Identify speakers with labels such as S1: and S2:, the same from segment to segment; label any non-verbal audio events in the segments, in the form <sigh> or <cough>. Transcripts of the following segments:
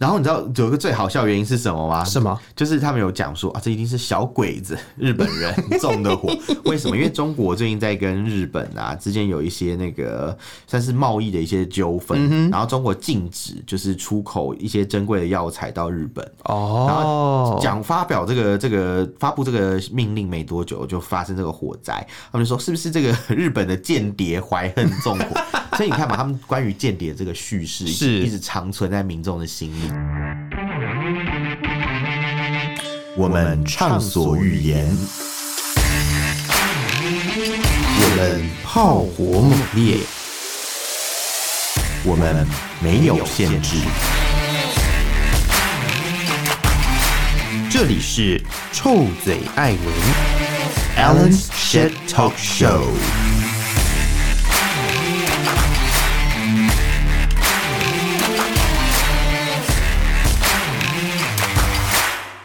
S1: 然后你知道有一个最好笑的原因是什么吗？
S2: 什么？
S1: 就是他们有讲说啊，这一定是小鬼子日本人纵的火。为什么？因为中国最近在跟日本啊之间有一些那个算是贸易的一些纠纷，然后中国禁止就是出口一些珍贵的药材到日本。然后
S2: 哦，
S1: 讲发表这个这个发布这个命令没多久，就发生这个火灾。他们就说是不是这个 <laughs> 日本的间谍怀恨纵火？ <laughs> 所以你看嘛，他们关于间谍这个叙事
S2: 是
S1: 一直长存在民众的心里。我们畅所欲言，我们炮火猛烈，我们没有限制。这里是臭嘴艾文 Alan's Shit Talk Show。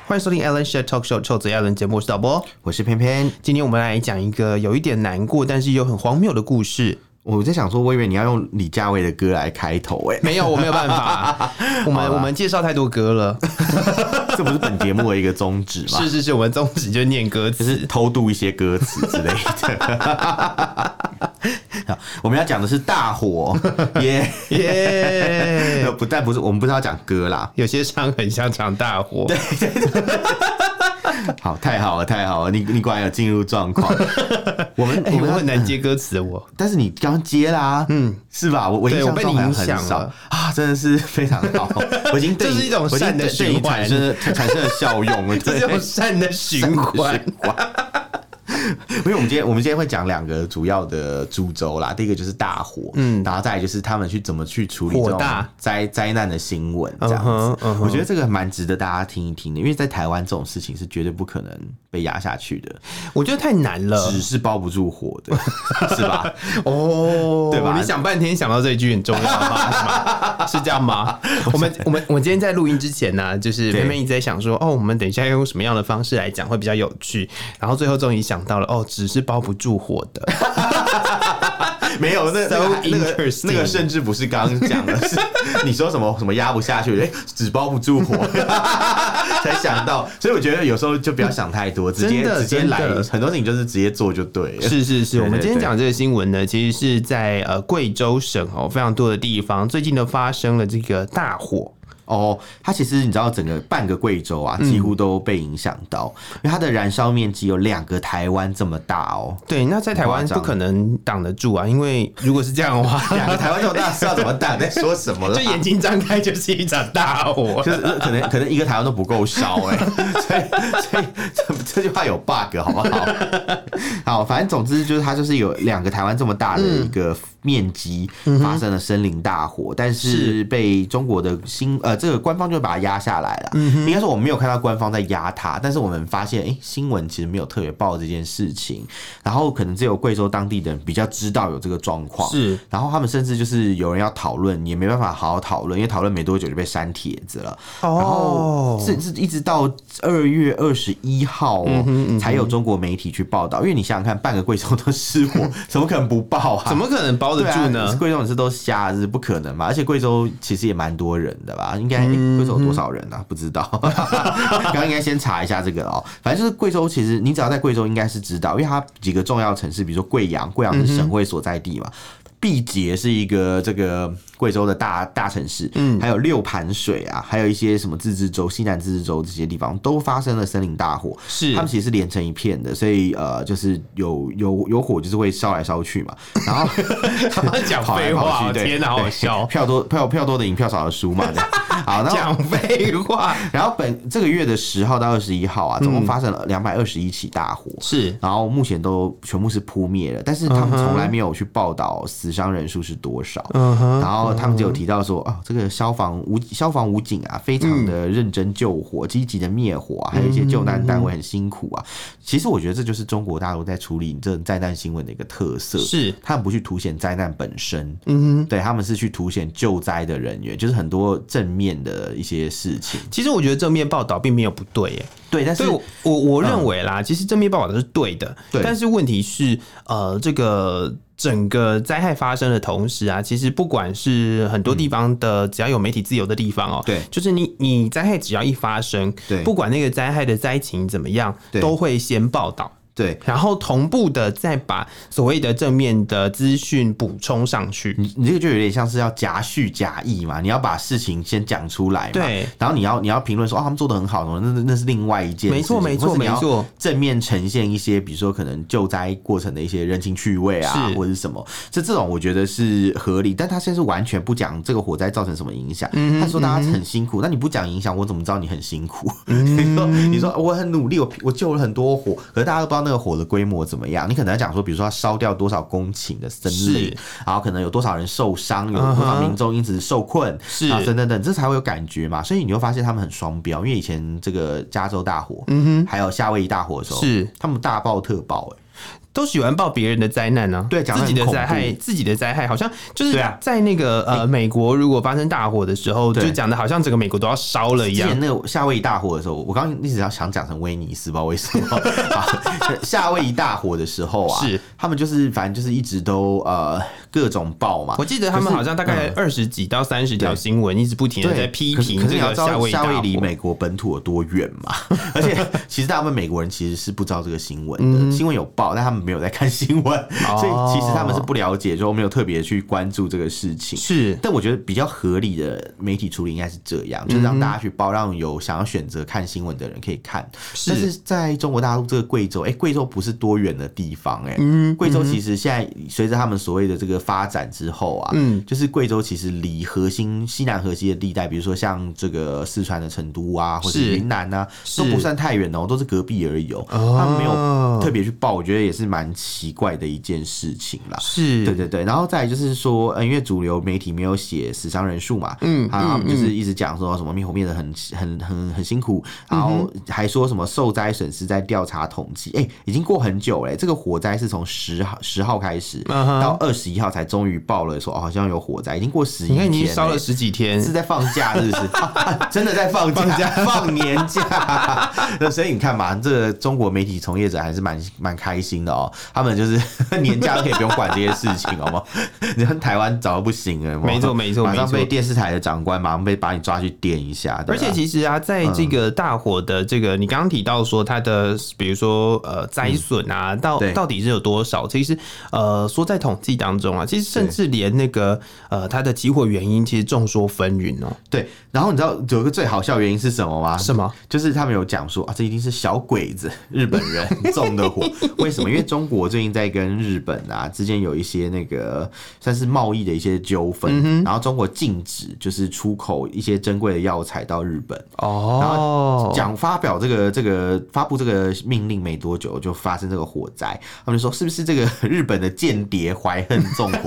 S2: 欢迎收听 Alan s h a t Talk Show 臭嘴艾伦节目，我是导播。
S1: 我是偏偏，
S2: 今天我们来讲一个有一点难过，但是又很荒谬的
S1: <laughs>
S2: 故事。
S1: 我在想说，我以为你要用李佳薇的歌来开头、 <laughs> 欸，
S2: 没有，我没有
S1: <laughs>
S2: 办法。我们我们介绍太多歌了，
S1: 哎，这不是本节目的一个宗旨吗？
S2: <laughs> 是是是，我们宗旨就是念歌
S1: 就
S2: 词。
S1: 是偷渡一些歌词之类的。 <laughs> 好，我们要讲的是大 <laughs> 火耶。
S2: <laughs> 耶，
S1: 不但不是，我们不是要讲歌啦。
S2: 有些伤很像场大火。
S1: 好，太好了，太好了，你你果然有进入状 <laughs> 况。我们
S2: 哎
S1: 我们
S2: 我
S1: 要
S2: 很难接歌词，我
S1: 但是你刚接啦，嗯，是吧？我我印
S2: 对我
S1: 象
S2: 被
S1: 中
S2: 你
S1: 好像
S2: 影
S1: 很
S2: 响
S1: 少
S2: 了
S1: 啊，真的是非常
S2: <laughs>
S1: 好，我已经对
S2: 这
S1: 你
S2: 是一种
S1: 我已经
S2: 善的
S1: 对对你
S2: 循环
S1: 产生了产生了效用
S2: <laughs>
S1: 了，
S2: 这
S1: <laughs> 对，
S2: 种善的循环。
S1: <laughs> 因为我们今天我们今天会讲两个主要的主轴啦，第一个就是大火，嗯，然后再来就是他们去怎么去处理这
S2: 火
S1: 种
S2: 大
S1: 灾灾难的新闻这样
S2: 嗯
S1: 子
S2: 哼嗯哼
S1: 我觉得这个蛮值得大家听一听的，因为在台湾这种事情是绝对不可能被压下去的，
S2: 我觉得太难了
S1: 纸是包不住火的， <laughs> 是吧？
S2: 哦，
S1: <laughs> 对吧
S2: 你想半天想到这一句很重
S1: <laughs>
S2: 要吗？是吗？是这样吗？我们我们我今天在录音之前呢、就是
S1: 对
S2: 妹妹一直在想说，哦，我们等一下要用什么样的方式来讲会比较有趣，然后最后终于想到了，哦，纸是包不住火
S1: <laughs>
S2: 的，
S1: 没有，那
S2: So
S1: 那个那个
S2: interesting
S1: 那个甚至不是刚刚讲的，是你说什么什么压不下 <laughs> 去，哎，纸包不住火， <laughs> 才想到。所以我觉得有时候就不要想太多，直接
S2: 真的
S1: 直接
S2: 真
S1: 来，
S2: 的
S1: 很多事情就是直接做就对了。
S2: 是是是，
S1: 对
S2: <laughs> 我们
S1: 对
S2: 今天
S1: 对
S2: 讲这个新闻呢，其实是在呃贵州省哦，非常多的地方最近呢发生了这个大火。
S1: 哦，它其实你知道，整个半个贵州啊，几乎都被影响到，因为它的燃烧面积有两个台湾这么大哦。
S2: 对，那在台湾
S1: 很夸张
S2: 不可能挡得住啊，因为如果是这样的话，
S1: <laughs> 两个台湾这么大是要怎么打？在说什么了？
S2: <laughs> 就眼睛张开就是一场大火
S1: 就。是呃可能可能一个台湾都不够烧哎、所以所以这这句话有 bug 好不好？ <laughs> 好，反正总之就是它就是有两个台湾这么大的一个面积发生了森林大火，但是被中国的新呃这个官方就把它压下来了。应该说我们没有看到官方在压它，但是我们发现哎、诶新闻其实没有特别报这件事情，然后可能只有贵州当地的人比较知道有这个状况，
S2: 是，
S1: 然后他们甚至就是有人要讨论，也没办法好好讨论，因为讨论没多久就被删帖子了。
S2: 哦
S1: 然后这这一直到二月二十一号哦、
S2: 嗯
S1: 才有中国媒体去报道。因为你想想看，半个贵州都失
S2: <laughs>
S1: 火，怎么可能不报啊？
S2: 怎么可能包得
S1: 对
S2: 住
S1: 啊
S2: 呢？？
S1: 贵州每次都瞎是不可能嘛，而且贵州其实也蛮多人的吧？应该
S2: 嗯
S1: 诶贵州有多少人啊？不知道， <laughs> 刚刚应该先查一下这个哦。反正就是贵州，其实你只要在贵州应该是知道，因为它几个重要城市，比如说贵阳，贵阳
S2: 嗯
S1: 是省会所在地嘛。毕节是一个这个贵州的大大城市，嗯，还有六盘水啊，还有一些什么自治州、西南自治州这些地方都发生了森林大火，
S2: 是
S1: 他们其实是连成一片的，所以呃，就是有有有火就是会烧来烧去嘛，然后 <laughs>
S2: 讲
S1: 跑来
S2: 废话，
S1: 跑去，对，
S2: 天哪，好
S1: 对
S2: <laughs> 笑！
S1: 哦票多票票多的赢，票少的输嘛。对好，那
S2: 讲废话
S1: 然后本这个月的十号到二十一号啊，总共发生了两百二十一起大火。
S2: <laughs> 是
S1: 然后目前都全部是扑灭了，但是他们从来没有去报道死伤人数是多少。
S2: 嗯
S1: 然后他们只有提到说，啊，这个消防武消防武警啊，非常的认真救火，积极的灭火、啊，还有一些救难单位很辛苦啊。其实我觉得这就是中国大陆在处理这种灾难新闻的一个特色，
S2: 是
S1: 他们不去凸显灾难本身，嗯对他们是去凸显救灾的人员，就是很多正面的一些事情。
S2: 其实我觉得正面报道并没有不对耶，
S1: 对，但是
S2: 所以我嗯我我认为啦，其实正面报道是对的，
S1: 对
S2: 但是问题是，呃，这个整个灾害发生的同时啊，其实不管是很多地方的，只要有媒体自由的地方哦、
S1: 对
S2: 就是你你灾害只要一发生，
S1: 对
S2: 不管那个灾害的灾情怎么样，
S1: 对
S2: 都会先报道。
S1: 对
S2: 然后同步的再把所谓的正面的资讯补充上去。
S1: 你，你这个就有点像是要夹叙夹议嘛，你要把事情先讲出来嘛，
S2: 对，
S1: 然后你要你要评论说哦，他们做的很好，那那那是另外一件事情，
S2: 没错没错
S1: 或是你要哦
S2: 没错
S1: 正面呈现一些，比如说可能救灾过程的一些人情趣味啊，
S2: 是
S1: 或者是什么，这这种我觉得是合理，但他现在是完全不讲这个火灾造成什么影响，
S2: 嗯
S1: 他说大家很辛苦，那你不讲影响，我怎么知道你很辛
S2: <laughs>
S1: 苦？你说你说我很努力，我我救了很多火，可是大家都不知道那个火的规模怎么样，你可能要讲说，比如说要烧掉多少公顷的森林
S2: 是，
S1: 然后可能有多少人受伤，有多
S2: 嗯
S1: 少
S2: 哼
S1: 民众因此受困，
S2: 是
S1: 啊，等等等，这才会有感觉嘛。所以你会发现他们很双标，因为以前这个加州大火，嗯哼，还有夏威夷大火的时候，
S2: 是
S1: 他们大爆特爆、欸，
S2: 都喜欢报别人的灾难呢、啊，
S1: 对讲得
S2: 自
S1: 很
S2: 己的灾
S1: 恐
S2: 害，
S1: 怖
S2: 自己的灾害好像就是
S1: 对啊
S2: 在那个、呃美国，如果发生大火的时候，
S1: 对
S2: 就讲的好像整个美国都要烧了一
S1: 之
S2: 样
S1: 前。那个夏威夷大火的时候，我刚刚一直要想讲成威尼斯，不知道为什么。好夏威夷大火的时候啊，
S2: 是
S1: 他们就是反正就是一直都呃各种爆嘛
S2: 我。记得他们好像大概二十几到三十条新闻，一直不停的在批
S1: 嗯可是
S2: 评
S1: 可是
S2: 这
S1: 你要
S2: 个
S1: 知道
S2: 夏威夷
S1: 夏
S2: 大
S1: 威夷
S2: 火。
S1: 离美国本土有多远嘛？ <laughs> 而且其实大部分美国人其实是不知道这个新闻
S2: 嗯
S1: 的，新闻有报，但他们没有在看新闻， <laughs> 所以其实他们
S2: 哦
S1: 是不了解，就没有特别去关注这个事情。
S2: 是
S1: 但我觉得比较合理的媒体处理应该是这样，就是让大家去报，让有想要选择看新闻的人可以看。
S2: 是
S1: 但是在中国大陆这个贵州，哎、贵州不是多远的地方、哎、
S2: 嗯
S1: 贵州其实现在随着他们所谓的这个发展之后啊，
S2: 嗯
S1: 就是贵州其实离核心西南河西的地带，比如说像这个四川的成都啊，或者
S2: 是
S1: 云南啊，
S2: 是哦
S1: 都不算太远哦，都是隔壁而已哦。他们没有特别去报，我觉得也是蛮奇怪的一件事情啦。
S2: 是，
S1: 对对对，然后再来就是说，呃，因为主流媒体没有写死伤人数嘛，嗯，啊，就是一直讲说什么灭火灭的很很很很辛苦，然
S2: 嗯
S1: 后还说什么受灾损失在调查统计，哎、已经过很久嘞、哎这个火灾是从十号十号开始，
S2: 嗯哼
S1: 到二十一号才终于报了说哦好像有火灾，已经过十一
S2: 你
S1: 天哎
S2: 看
S1: 嘞、
S2: 你烧了十几天，
S1: 是在放假，是
S2: <laughs>
S1: 不是？ <laughs> 啊真的在放假， <laughs> 放年假。 <laughs> 那所以你看嘛，这个中国媒体从业者还是蛮蛮开心的哦，他们就是 <laughs> 年假都可以不用管这些事情，好吗？ <laughs> 你看台湾早就不行了，有有
S2: 没错没错
S1: 马上
S2: 没错
S1: 被电视台的长官马上被把你抓去电一下，对
S2: 而
S1: 吧
S2: 且其实啊，在这个大火的这个，你刚刚提到说它的，比如说呃灾损啊，到
S1: 对
S2: 到底是有多少？其实呃说在统计当中啊，其实甚至连那个呃它的起火原因，其实众说纷纭哦。
S1: 对。然后你知道有一个最好笑的原因是什么吗？
S2: 什么？
S1: 就是他们有讲说啊，这一定是小鬼子 <laughs> 日本人纵
S2: <laughs>
S1: 的火。为什么？因为中国最近在跟日本啊之间有一些那个算是贸易的一些纠纷，
S2: 嗯
S1: 然后中国禁止就是出口一些珍贵的药材到日本。
S2: 哦，
S1: 讲发表这个这个发布这个命令没多久就发生这个火灾，他们就说是不是这个 <laughs> 日本的间谍怀恨纵
S2: <laughs>
S1: 火？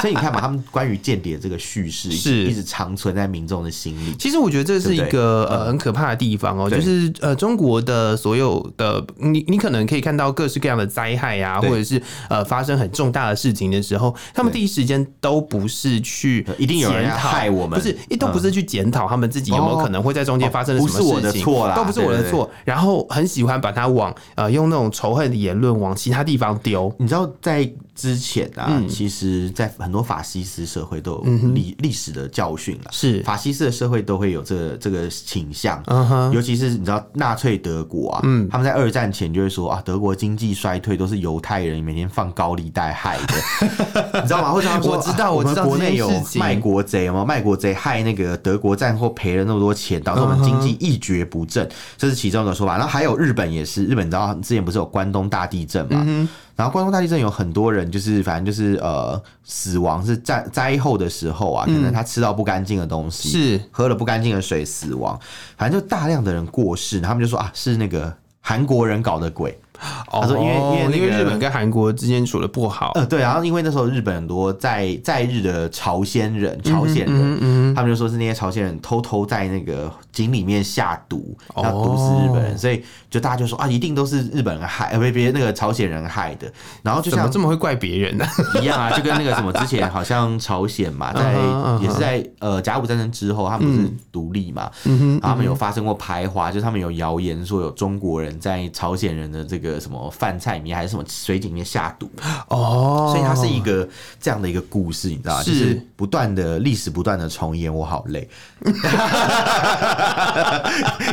S1: 所以你看嘛，他们关于间谍这个叙事
S2: 是
S1: 一直长存在民众的心里。
S2: 其实我觉得这是一
S1: 对不嗯
S2: 个呃很可怕的地方哦，
S1: 对
S2: 就是呃中国的所有的你你可能可以看到各式各样的灾害啊，或
S1: 对
S2: 者是呃发生很重大的事情的时候，他们
S1: 对
S2: 第一时间都不是去
S1: 呃一定有人
S2: 检
S1: 要
S2: 讨
S1: 害我们嗯
S2: 不是一都不是去检讨他们自己有没有
S1: 哦
S2: 可能会在中间发生了
S1: 哦
S2: 什么事情，
S1: 不是我的错啦
S2: 都不是我的
S1: 对对对
S2: 错，然后很喜欢把它往呃用那种仇恨的言论往其他地方丢，
S1: 你知道，在之前啊，其实，在很多法西斯社会都有历历、史的教训了。
S2: 是
S1: 法西斯的社会都会有这个这个倾向，
S2: 嗯哼
S1: 尤其是你知道纳粹德国啊，
S2: 嗯
S1: 他们在二战前就会说啊，德国经济衰退都是犹太人每天放高利贷害的，
S2: <laughs>
S1: 你知道吗？或者他们说
S2: 我知道
S1: 啊
S2: 我知道
S1: 们国内
S2: 这
S1: 有
S2: 件事情
S1: 卖国贼有没有卖国贼害那个德国战后赔了那么多钱，导致我们经济一蹶不振，这是其中一个说法。然后还有日本也是，日本你知道之前不是有关东大地震嘛？
S2: 嗯
S1: 然后关东大地震有很多人就是反正就是呃死亡是灾灾后的时候啊，可能他吃到不干净的东西，
S2: 是
S1: 喝了不干净的水死亡，反正就大量的人过世，他们就说啊是那个韩国人搞的鬼。
S2: 他
S1: 说因为哦因为那个
S2: 因为日本跟韩国之间处的不好，
S1: 呃，对，然后因为那时候日本很多在在日的朝鲜人、朝鲜人，
S2: 嗯
S1: 他们就说是那些朝鲜人偷偷在那个井里面下毒，
S2: 哦
S1: 要毒死日本人，所以就大家就说啊，一定都是日本人害，呃，别别那个朝鲜人害的。然后就
S2: 怎么
S1: 像
S2: 这么会怪别人呢、
S1: <laughs> 一样啊，就跟那个什么之前好像朝鲜
S2: <laughs>
S1: 嘛，在
S2: 嗯哼嗯
S1: 也是在呃甲午战争之后，他们不是独立嘛，然后他们有发生过排华，就是他们有谣言说有中国人在朝鲜人的这个什么饭菜里面还是什么水井里面下毒，
S2: 哦，
S1: 所以它是一个这样的一个故事，你知道吗？
S2: 是
S1: 就是不断的历史不断的重演，我好累， <laughs>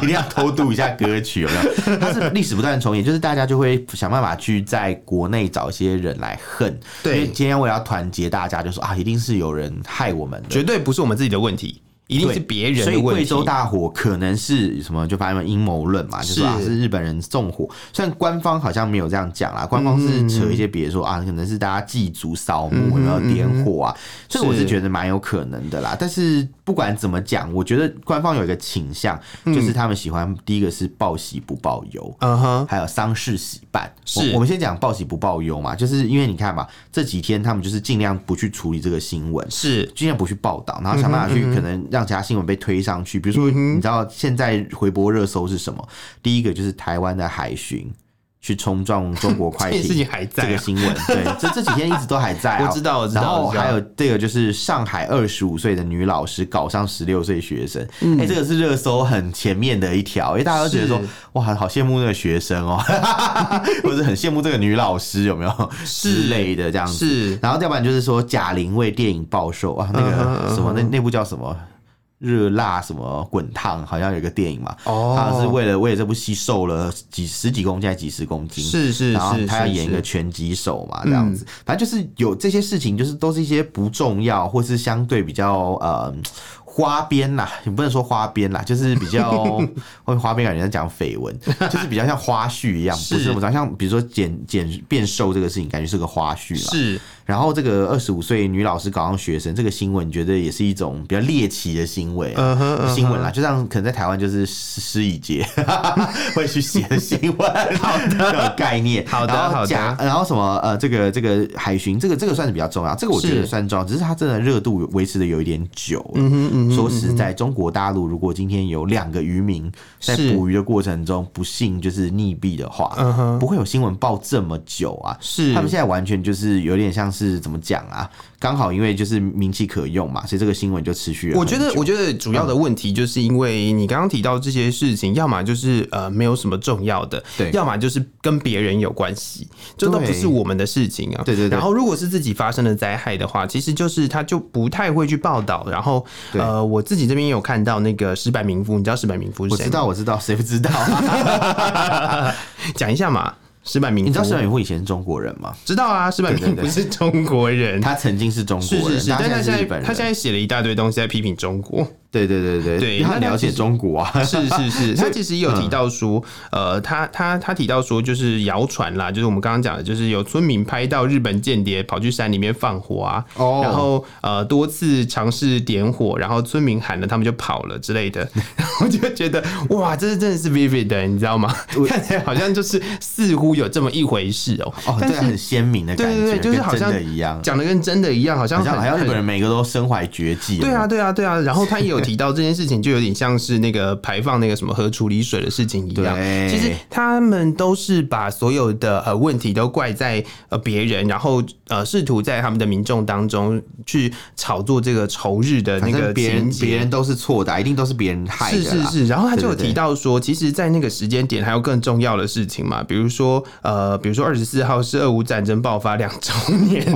S1: 一定要偷渡一下歌曲，有没有？它是历史不断的重演，就是大家就会想办法去在国内找一些人来恨，
S2: 对
S1: 因为今天我要团结大家，就说啊，一定是有人害我们的，
S2: 绝对不是我们自己的问题，一定
S1: 对
S2: 是别人
S1: 所
S2: 的
S1: 以
S2: 问
S1: 贵
S2: 题。
S1: 州大火可能是什么？就发现阴谋论嘛，就是说啊是日本人纵火。虽然官方好像没有这样讲啦，官方是扯一些别的说啊，可能是大家祭祖扫
S2: 嗯
S1: 墓，然后点火啊，所以我是
S2: 是
S1: 觉得蛮有可能的啦。但是不管怎么讲，我觉得官方有一个倾向，就是他们喜欢第一个是报喜不报忧。
S2: 嗯哼，
S1: 还有丧事喜办，
S2: 是
S1: 我我们先讲报喜不报忧嘛，就是因为你看嘛，这几天他们就是尽量不去处理这个新闻，
S2: 是
S1: 尽量不去报道，
S2: 嗯
S1: 然后想办法去可能让其他新闻被推上去。比如说，你知道现在回播热搜是什么？第一个就是台湾的海巡去冲撞中国
S2: <laughs>
S1: 快
S2: 这件事情
S1: 艇。
S2: 还在
S1: 这
S2: 啊、
S1: 个新闻，对，
S2: <laughs>
S1: 这这几天一直都还在、啊。
S2: 我知道我知道
S1: 然后
S2: 我知道
S1: 还有这个就是上海二十五岁的女老师搞上十六岁学生，哎、这个是热搜很前面的一条，因为大家都觉得说
S2: 嗯是，
S1: 哇，好羡慕那个学生哦， <laughs> 或者很羡慕这个女老师有没有之类的这样子。
S2: 是
S1: 然后要不然就是说贾玲为电影暴瘦啊，那
S2: 嗯
S1: 个
S2: 哼
S1: 什么那那部叫什么？热辣什么滚烫，好像有一个电影嘛，
S2: 哦
S1: 好像是为了为了这部戏瘦了几十几公斤，还是几十公斤，
S2: 是是
S1: 然后
S2: 是，
S1: 他要
S2: 是
S1: 演一
S2: 是嗯
S1: 个拳击手嘛，这样子，反正就是有这些事情，就是都是一些不重要，或是相对比较呃花边啦，也不能说花边啦，就是比
S2: <laughs>
S1: 较会花边，感觉在讲绯闻，就是比较像花絮一样，不是
S2: 是
S1: 那么长。像比如说减减变瘦这个事情，感觉是个花絮啦。
S2: 是
S1: 然后这个二十五岁女老师搞上学生这个新闻，你觉得也是一种比较猎奇的行为、啊
S2: 嗯哼嗯哼
S1: 新闻啦，就像可能在台湾就是施施以杰 <laughs> 会去写的新闻，好的概念，
S2: <laughs> 好的
S1: 然后
S2: 好的
S1: 假然后什么呃，这个这个海巡，这个这个算是比较重要，这个我觉得
S2: 是
S1: 算重要，只是它真的热度维持的有一点久了。嗯哼嗯说实在，中国大陆如果今天有两个渔民在
S2: 是
S1: 捕鱼的过程中不幸就是溺毙的话，
S2: 嗯哼
S1: 不会有新闻报这么久啊。
S2: 是，
S1: 他们现在完全就是有点像是怎么讲啊？刚好因为就是名气可用嘛，所以这个新闻就持续了
S2: 我
S1: 很久。嗯
S2: 觉得，我觉得主要的问题就是因为你刚刚提到这些事情，要么就是呃没有什么重要的，
S1: 对
S2: 要么就是跟别人有关系，这都
S1: 对
S2: 不是我们的事情啊。
S1: 对对对
S2: 然后如果是自己发生的灾害的话，其实就是他就不太会去报道。然后
S1: 对
S2: 呃，我自己这边也有看到那个石柏民夫，你知道石柏民夫是
S1: 我
S2: 谁？
S1: 知， <laughs> 道，我知道，谁不知道、啊？
S2: 讲一下嘛。石柏民夫，
S1: 你知道沈远富以前是中国人吗？
S2: 知道啊，石柏
S1: 对对
S2: 民
S1: 对
S2: 夫是中国人。
S1: 他曾经是中国
S2: 是
S1: 人，
S2: 是是，但
S1: 他现在
S2: 他
S1: 是日
S2: 现
S1: 本
S2: 在
S1: 人。
S2: 他现在写了一大堆东西在批评中国，
S1: 对对对对
S2: 对
S1: 因为他
S2: 那他
S1: 了解
S2: 其实
S1: 中国啊。
S2: <laughs> 是是是，他其实也有提
S1: 嗯
S2: 到说，呃，他他他提到说，就是谣传啦，就是我们刚刚讲的，就是有村民拍到日本间谍跑去山里面放火啊，
S1: 哦
S2: 然后呃多次尝试点火，然后村民喊了，他们就跑了之类的， <laughs> 然后就觉得哇，这是真的是 vivid 的，你知道吗？ <laughs> 看起来好像就是似乎有这么一回事哦、
S1: 哦，
S2: 但
S1: 对啊，很
S2: 是
S1: 鲜明的感
S2: 对
S1: 觉，
S2: 对对，就是
S1: 跟
S2: 好像
S1: 真的一样，
S2: 讲的跟真的一样，好像
S1: 好像
S2: 很
S1: 好像日
S2: 很
S1: 本人每个都身怀绝技。
S2: 对啊，，对啊，对啊。然后他也有提到这件事情，就有点像是那个排放那个什么核处理水的事情一样
S1: 对。啊
S2: 啊其实他们都是把所有的呃问题都怪在呃别人，然后呃试图在他们的民众当中去炒作这个仇日的那
S1: 反
S2: 个
S1: 正别人
S2: 情
S1: 别
S2: 节。
S1: 人都是错的啊、一定都是别人害的
S2: 是
S1: 啦。
S2: 是是，然后他就有
S1: 对对对
S2: 提到说，其实，在那个时间点还有更重要的事情嘛，比如说呃，比如说二十四号是俄乌战争爆发两周年、啊，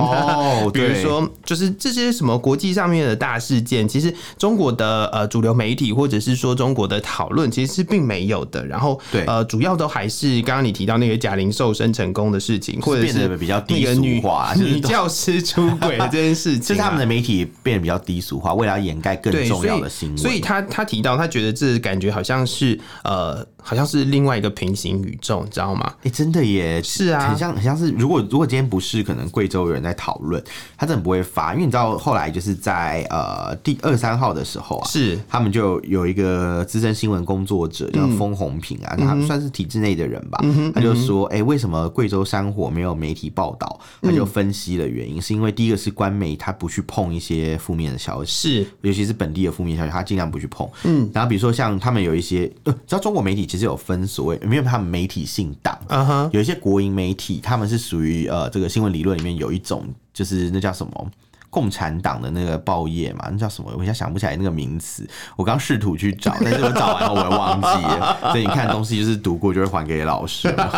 S1: 哦，
S2: <laughs> 比如
S1: 对
S2: 说，就是这些什么国际上面的大事件，其实中国的呃主流媒体或者是说中国的讨论，其实是并没有的。然后，
S1: 对
S2: 呃，主要都还是刚刚你提到那个贾玲瘦身成功的事情，或者
S1: 变
S2: 是 <laughs>
S1: 得比较
S2: 那
S1: 低
S2: 个女
S1: 俗化，就是
S2: 女教师出轨的这
S1: <laughs>
S2: 件事
S1: 就
S2: 情
S1: 是他
S2: 啊、
S1: 们的媒体变得比较低俗化，为了要掩盖更
S2: 对，
S1: 重
S2: 所
S1: 要
S2: 以
S1: 的新闻。
S2: 所以他他提到，他觉得这感觉好像是呃，好像是另外一个平行宇宙，你知道吗？
S1: 哎、真的耶，
S2: 是啊
S1: 很像很像是，如果如果今天不是，可能贵州有人在讨论，他真的不会发，因为你知道后来就是在呃第二三号的时候啊，
S2: 是
S1: 他们就有一个资深新闻工作者叫
S2: 嗯
S1: 封红平啊，他算是体制内的人吧，他就说，哎、为什么贵州山火没有媒体报道？他
S2: 嗯
S1: 就分析了原因，是因为第一个是官媒他不去碰一些负面的消息，
S2: 是，
S1: 尤其是本地的负面消息，他尽量不去碰。嗯，然后比如说像他们有一些，呃，知道中国媒体其实有分所谓，没有他们媒体性档，
S2: 嗯哼，
S1: 有一些国营媒体，他们是属于呃这个新闻理论里面有一种，就是那叫什么？共产党的那个报业嘛，那叫什么？我一下想不起来那个名词。我刚试图去找，但是我找完我也忘记了。所以你看，东西就是读过就会还给老
S2: <laughs>
S1: 师嘛。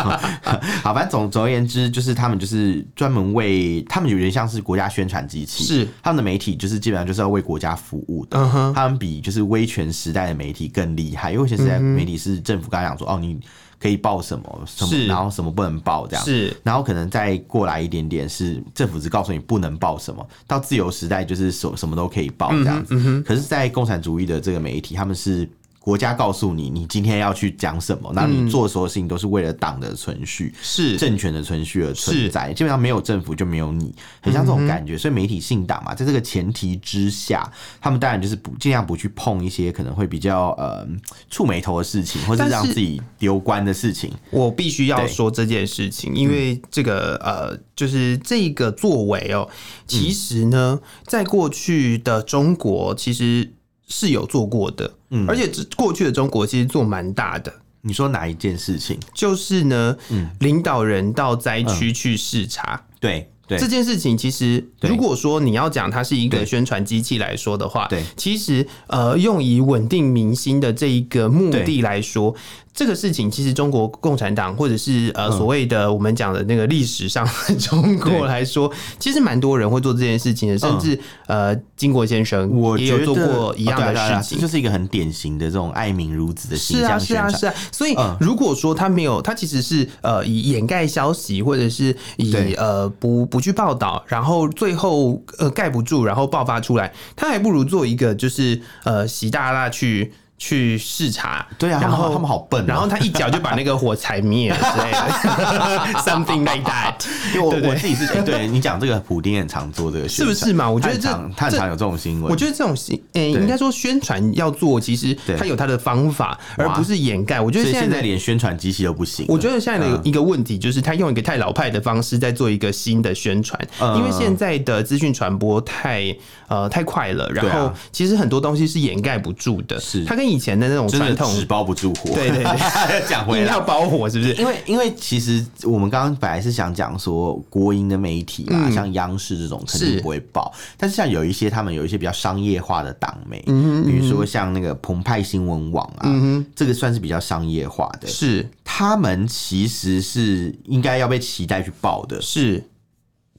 S1: 好，反正总总而言之，就是他们就是专门为他们有点像是国家宣传机器，
S2: 是
S1: 他们的媒体就是基本上就是要为国家服务的。
S2: 嗯哼，
S1: 他们比就是威权时代的媒体更厉害，因为威权时代
S2: 嗯
S1: 媒体是政府刚才讲说，哦，你可以报什么什么，
S2: 是
S1: 然后什么不能报这样。
S2: 是
S1: 然后可能再过来一点点是政府只告诉你不能报什么，到自由时代就是什什么都可以报这
S2: 嗯
S1: 样子。可是，在共产主义的这个媒体，他们是国家告诉你你今天要去讲什么，那你做所有事情都是为了党的存续。
S2: 是
S1: 政权的存续而存在，基本上没有政府就没有你，很像这种感觉。所以媒体信党嘛，在这个前提之下，他们当然就是不尽量不去碰一些可能会比较呃触眉头的事情，或是
S2: 但是
S1: 让自己丢官的事情。
S2: 我必须要
S1: 对
S2: 说这件事情，因为这个呃，就是这个作为哦、其实呢，在过去的中国其实是有做过的，嗯，而且这过去的中国其实做蛮大的，
S1: 你说哪一件事情？
S2: 就是呢，领导人到灾区去视察。
S1: 对对
S2: 这，件事情其实，
S1: 对
S2: 如果说你要讲它是一个
S1: 对
S2: 宣传机器来说的话，
S1: 对
S2: 其实呃，用以稳定民心的这一个目
S1: 对
S2: 的来说，这个事情其实中国共产党或者是呃所谓的我们讲的那个历史上的中
S1: 嗯对嗯
S2: 国来说，其实蛮多人会做这件事情的，甚至呃，金国先生
S1: 我
S2: 也
S1: 觉
S2: 有
S1: 得
S2: 做过一样
S1: 哦对啊
S2: 的
S1: 对啊对啊
S2: 事情
S1: 这。就是一个很典型的这种爱民如子的形
S2: 是啊，
S1: 象
S2: 是
S1: 宣
S2: 啊，
S1: 传。
S2: 是啊。所以
S1: 嗯
S2: 如果说他没有，他其实是呃以掩盖消息，或者是
S1: 对
S2: 以呃不不去报道，然后最后呃盖不住，然后爆发出来，他还不如做一个就是呃习大大去去视察，
S1: 对啊，他
S2: 然
S1: 们好
S2: 后
S1: 他们好笨、哦。
S2: 然后他一脚就把那个火踩灭了之
S1: <laughs>
S2: 类的，something like that，
S1: 因为我
S2: 对不对
S1: 我自己是，哎对你讲这个普丁很常做这个宣
S2: 是不
S1: 传，
S2: 是嘛？我觉得
S1: 他很常他很
S2: 这这
S1: 常有这种新闻。
S2: 我觉得这种行，诶、
S1: 对
S2: 应该说宣传要做，其实
S1: 对
S2: 它有它的方法，而
S1: 哇
S2: 不是掩盖。我觉
S1: 所
S2: 得
S1: 以
S2: 现在
S1: 现
S2: 的
S1: 在连宣传机器都不行了。
S2: 我觉得现在
S1: 嗯
S2: 的一个问题就是，他用一个太老派的方式在做一个新的宣传，
S1: 嗯
S2: 因为现在的资讯传播太呃太快了，
S1: 对
S2: 然
S1: 啊
S2: 后其实很多东西是掩盖不住的，
S1: 是
S2: 它跟以前的那种
S1: 真
S2: 传
S1: 的
S2: 统
S1: 纸包不住火。
S2: 对对
S1: <laughs> 讲回
S2: 硬
S1: 来
S2: 要。包火是不是？
S1: 因为因为其实我们刚刚本来是想讲说国营的媒体嘛，
S2: 嗯
S1: 像央视这种肯定
S2: 是
S1: 不会报，但是像有一些他们有一些比较商业化的党媒，比如说像那个澎湃新闻网啊，这个算是比较商业化的，
S2: 是
S1: 他们其实是应该要被期待去报的，
S2: 是，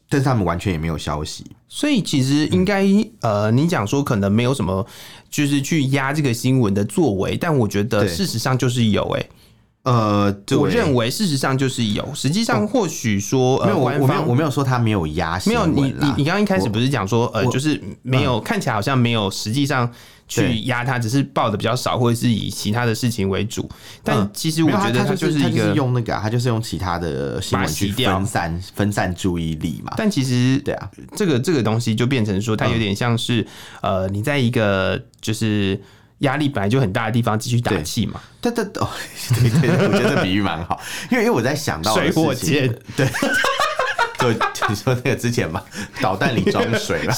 S1: 但是他们完全也没有消息。
S2: 所以其实应该、
S1: 嗯
S2: 呃，你讲说可能没有什么，就是去压这个新闻的作为，但我觉得
S1: 对
S2: 事实上就是有、欸，
S1: 呃，对哦
S2: 我认为事实上就是有，实际上或许说
S1: 没
S2: 呃，
S1: 有，我
S2: 官
S1: 我没有
S2: 方
S1: 我没有说他没有压新
S2: 没有，
S1: 闻
S2: 你你
S1: 啦
S2: 你刚刚一开始
S1: 我
S2: 不是讲说，呃，
S1: 我嗯
S2: 就是没有、看起来好像没有，实际上
S1: 对
S2: 去压它，只是报的比较少，或者是以其他的事情为主。但其实
S1: 嗯
S2: 我
S1: 没有啊
S2: 觉得
S1: 他他
S2: 就是一
S1: 他
S2: 个，
S1: 用那个、啊，他就是用其他的新闻去
S2: 把它洗掉
S1: 分散分散注意力嘛。
S2: 但其实
S1: 对嗯啊，
S2: 这个这个东西就变成说，它有点像是、呃，你在一个就是压力本来就很大的地方继续打
S1: 对
S2: 气嘛，
S1: 但但哦， <laughs> 对对对，我觉得这比喻蛮好，因为因为我在想到的
S2: 水火
S1: 事情，
S2: 箭
S1: 就就你说那个之前嘛，导弹里装水了，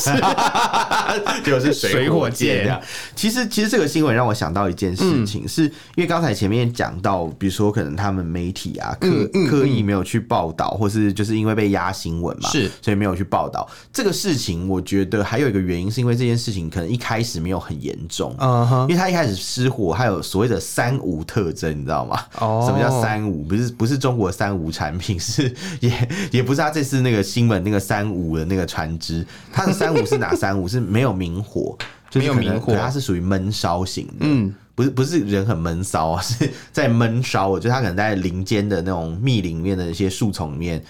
S1: <laughs> 就是水
S2: 水
S1: 火
S2: 火
S1: 箭
S2: 箭嗯
S1: 这样。其实其实这个新闻让我想到一件事情，是因为刚才前面讲到，比如说可能他们媒体啊刻、
S2: 嗯
S1: 刻意没有去报道，或是就是因为被压新闻嘛，
S2: 是
S1: 所以没有去报道这个事情。我觉得还有一个原因是因为这件事情可能一开始没有很严重，
S2: 嗯哼
S1: 因为他一开始失火，还有所谓的三无特征，你知道吗？
S2: 哦
S1: 什么叫三无？不是不是中国三无产品，是也也不是他这次那个新闻那个三无的那个船只，它的三无是哪三无？是没有明
S2: <laughs>
S1: 火，就是
S2: 没有
S1: 可能
S2: 明火
S1: 可它是属于闷烧型的。嗯。不是不是人很闷骚啊，是在闷烧。我觉得它可能在林间的那种密林里面的一些树丛里面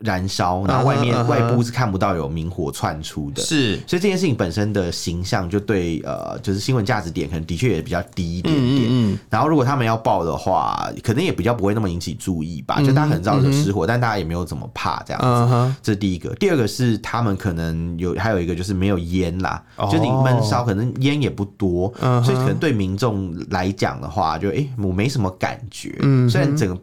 S1: 燃烧，然后外面、
S2: 嗯哼嗯
S1: 外
S2: 哼
S1: 部是看不到有明火窜出的。
S2: 是
S1: 所以这件事情本身的形象就对呃，就是新闻价值点可能的确也比较低一点
S2: 嗯
S1: 点。然后如果他们要报的话，可能也比较不会那么引起注意吧。就大家可能知道有失火，但大家也没有怎么怕这样子。
S2: 嗯哼
S1: 这是第一个，第二个是他们可能有还有一个就是没有烟啦，
S2: 哦
S1: 就你闷烧可能烟也不多，
S2: 嗯哼嗯
S1: 所以可能对民众来讲的话，就诶我没什么感觉。虽然整个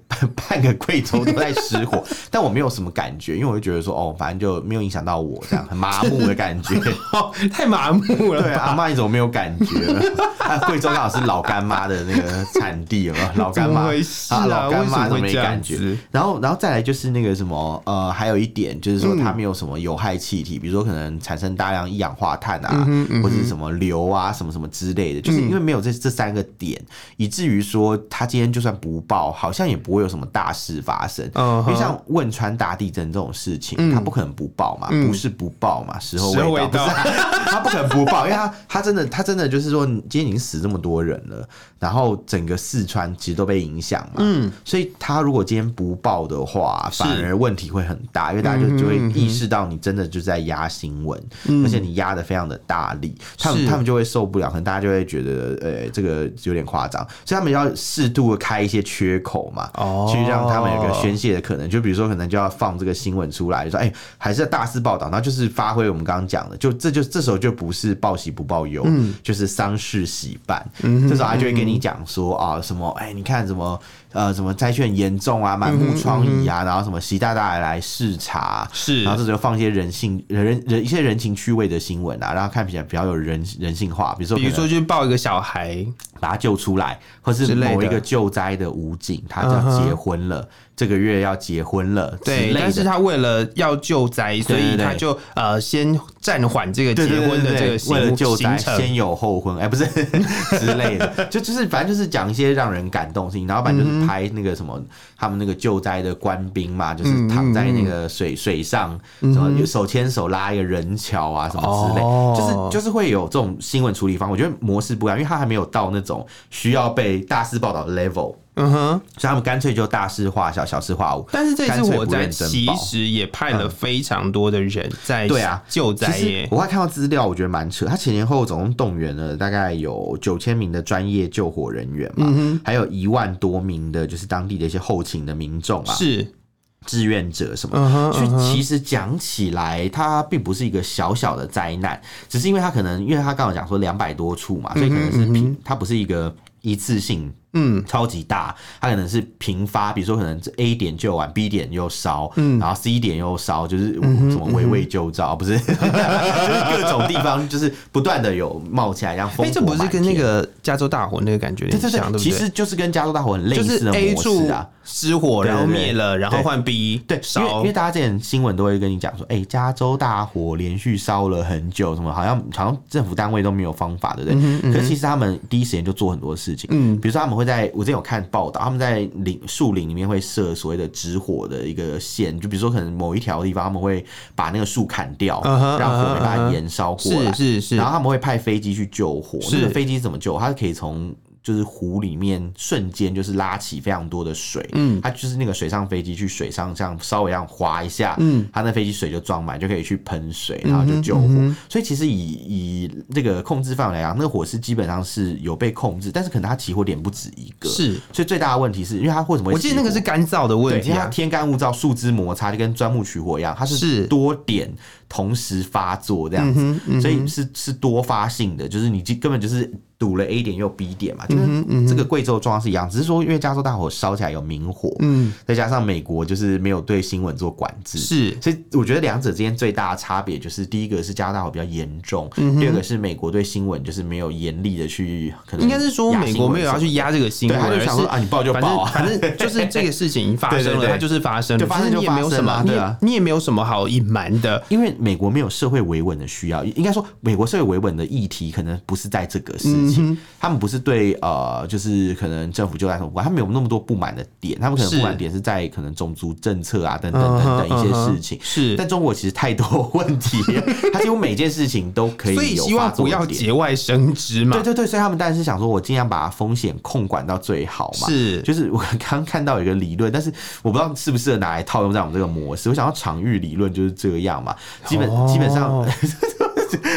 S1: 半个贵州都在失火， <laughs> 但我没有什么感觉，因为我就觉得说，哦，反正就没有影响到我，这样很麻木的感觉。
S2: 哦太麻木了吧。
S1: 对，啊 <laughs> 阿妈你怎么没有感觉？ <laughs> 啊，贵州刚好是老干妈的那个产地了，老干
S2: 怎么
S1: 妈
S2: 回事啊
S1: 啊，老干妈
S2: 为什么
S1: 都
S2: 会
S1: 没
S2: 这样
S1: 感觉
S2: 子。
S1: 然后，然后再来就是那个什么，呃，还有一点就是
S2: 嗯
S1: 说它没有什么有害气体，比如说可能产生大量一氧化碳
S2: 嗯
S1: 啊，或者是什么硫啊，什么什么之类的，就是因为没有这这三个点，以至于说它今天就算不爆，好像也不会有什么大事发生。
S2: 嗯
S1: 因为
S2: 哼嗯
S1: 像汶川大地震这种事情，它不可能不爆嘛，不是不爆嘛，时候
S2: 时候
S1: 未
S2: 未
S1: 到 <laughs>
S2: 到
S1: 不是啊。他不可能不报，因为他他真的他真的就是说，今天已经死这么多人了，然后整个四川其实都被影响嘛，嗯，所以他如果今天不报的话，
S2: 是嗯
S1: 反而问题会很大，因为大家就就会意识到你真的就在压新闻，而且你压的非常的大力，他们
S2: 是
S1: 他们就会受不了，可能大家就会觉得呃这个有点夸张，所以他们要适度的开一些缺口嘛，
S2: 哦
S1: 去让他们有一个宣泄的可能。就比如说，可能就要放这个新闻出来，就说哎、还是要大肆报道，然后就是发挥我们刚刚讲的，就这就这时候就不是报喜不报忧，
S2: 嗯
S1: 就是丧事喜办。这时候他就会跟你讲说啊，什么哎、你看什么。呃，什么灾区很严重
S2: 嗯
S1: 啊，满目疮痍啊，然后什么习大大也来视察啊、
S2: 是
S1: 然后这时候放一些人性、人人人一些人情趣味的新闻啊，让他看起来比较有人人性化，比如说
S2: 比
S1: 可
S2: 如
S1: 能
S2: 说去抱一个小孩，
S1: 把他救出来，或是
S2: 之类的
S1: 某一个救灾的武警，他
S2: 嗯
S1: 要
S2: 哼
S1: 结婚了，这个月要结婚了之
S2: 嗯对，
S1: 类
S2: 但是
S1: 的。
S2: 他为了要救灾，所
S1: 对
S2: 以
S1: 对
S2: 他就呃先暂缓这个
S1: 对
S2: 结
S1: 对对
S2: 婚的
S1: 对
S2: 这个
S1: 对，为了
S2: 行
S1: 救
S2: 行
S1: 灾
S2: 程，
S1: 先有后婚，哎、不是 <laughs> 之类的，就就是反正就是讲一些让人感动的事情，然后反正就是拍那个什么、他们那个救灾的官兵嘛，就是躺在那个
S2: 嗯
S1: 水、水上，什么有手牵手拉一个人桥啊什么之类，
S2: 哦
S1: 就是就是会有这种新闻处理方法，我觉得模式不一样，因为他还没有到那种需要被大肆报道的 level，
S2: 嗯哼。
S1: 所以他们干脆就大事化小，小事化无。
S2: 但是这次
S1: 干脆
S2: 火
S1: 不
S2: 灾
S1: 认真
S2: 其
S1: 报
S2: 实也派了非常多的人在
S1: 对啊
S2: 救
S1: 其
S2: 灾
S1: 实
S2: 耶，
S1: 我还看到资料，我觉得蛮扯。他前前后后总共动员了大概有九千名的专业救火人员嘛，还有一万多名的，就是当地的一些后勤的民众啊，
S2: 是
S1: 志愿者什么的。
S2: 嗯哼
S1: 所
S2: 嗯
S1: 以
S2: 哼
S1: 其实讲起来，它并不是一个小小的灾难，只是因为它可能，因为它刚好讲说两百多处嘛，所以可能
S2: 嗯
S1: 是平，它不是一个一次性。嗯，超级大，它可能是频发，比如说可能这 A 点救完，B 点又烧，嗯，然后 C 点又烧，就是
S2: 嗯
S1: 什么围魏救赵，不是， <laughs> 就是各种地方就是不断的有冒起来，然后
S2: 哎、
S1: 烽火
S2: 这不是
S1: 满
S2: 跟那
S1: 天
S2: 个加州大火那个感觉有
S1: 对
S2: 点
S1: 对对，
S2: 像，对不
S1: 其
S2: 对？
S1: 实就是跟加州大火很类
S2: 就
S1: 似
S2: 是
S1: 的
S2: A
S1: 模
S2: 处
S1: 式啊，
S2: 失火，然后
S1: 对对对
S2: 灭了，然后换 B，
S1: 对，因为
S2: 烧
S1: 因为大家之前新闻都会跟你讲说，哎、加州大火连续烧了很久，什么好像好像政府单位都没有方法，
S2: 嗯
S1: 对不对？可是其实他们第一时间就做很多事情，嗯，比如说他们会在我之前有看报道，他们在林树林里面会设所谓的止火的一个线，就比如说可能某一条地方他们会把那个树砍掉
S2: 嗯哼
S1: 让火
S2: 嗯哼
S1: 没办
S2: 嗯
S1: 法
S2: 哼
S1: 延烧过来
S2: 是，是是
S1: 啊然，后他们会派飞机去救火。
S2: 是
S1: 那个飞机怎么救？它可以从就是湖里面瞬间就是拉起非常多的水，嗯，它就是那个水上飞机去水上这样稍微这样划一下，嗯，它那飞机水就装满，就可以去喷水，
S2: 嗯
S1: 然后就救火。所以其实以以这个控制范围来讲，那个火势基本上是有被控制，但是可能它起火点不止一个，。
S2: 是
S1: 所以最大的问题是因为它为什么会
S2: 我
S1: 起
S2: 记
S1: 火？
S2: 得那个是干燥
S1: 对，
S2: 的问
S1: 其
S2: 题
S1: 实它
S2: 啊，
S1: 天干物燥，树枝摩擦就跟钻木取火一样，它是
S2: 是嗯
S1: 多点同时发作这样子，所以是是多发性的，就是你就根本就是堵了 A 点又 B 点
S2: 嗯
S1: 嘛，就是这个贵州状况是一样，只是说因为加州大火烧起来有明火，嗯，再加上美国就是没有对新闻做管制，
S2: 是
S1: 所以我觉得两者之间最大的差别就是，第一个是加拿大火比较严重，
S2: 嗯
S1: 第二个是美国对新闻就是没有严厉的去，可能
S2: 应该是说
S1: 嗯压
S2: 美
S1: 新
S2: 国
S1: 闻
S2: 没有
S1: 什
S2: 要
S1: 么
S2: 去压这个新
S1: 对，
S2: 闻，
S1: 他就想说啊，
S2: 而
S1: 你报就是
S2: 反
S1: 报
S2: 正
S1: 啊，
S2: 反正就是这个事情发
S1: <laughs>
S2: 生
S1: 对对
S2: 了，
S1: 对
S2: 它就是发生了，
S1: 就发生
S2: 就是
S1: 就
S2: 你也没有
S1: 发
S2: 什
S1: 生嘛
S2: 么，你
S1: 对
S2: 也
S1: 啊
S2: 你也没有什么好隐瞒的，
S1: 因为美国没有社会维稳的需要，应该说美国社会维稳的议题可能不是在这个事情，
S2: 嗯
S1: 他们不是对呃，就是可能政府救灾什么不管，他们有那么多不满的点，他们可能
S2: 是
S1: 不满点是在可能种族政策啊等等
S2: 嗯
S1: 等等一些事情。
S2: 是。
S1: 但中国其实太多问题了，它几乎每件事情都可以有
S2: 所以希望
S1: 发作
S2: 不
S1: 的
S2: 要
S1: 点
S2: 节外生枝嘛
S1: 对，对对，所以他们当然是想说，我尽量把风险控管到最好嘛。
S2: 是
S1: 就是我刚看到有一个理论，但是我不知道适不适合拿来套用在我们这个模式。我想要场域理论就是这样嘛，基本、基本上 <laughs>
S2: 哦。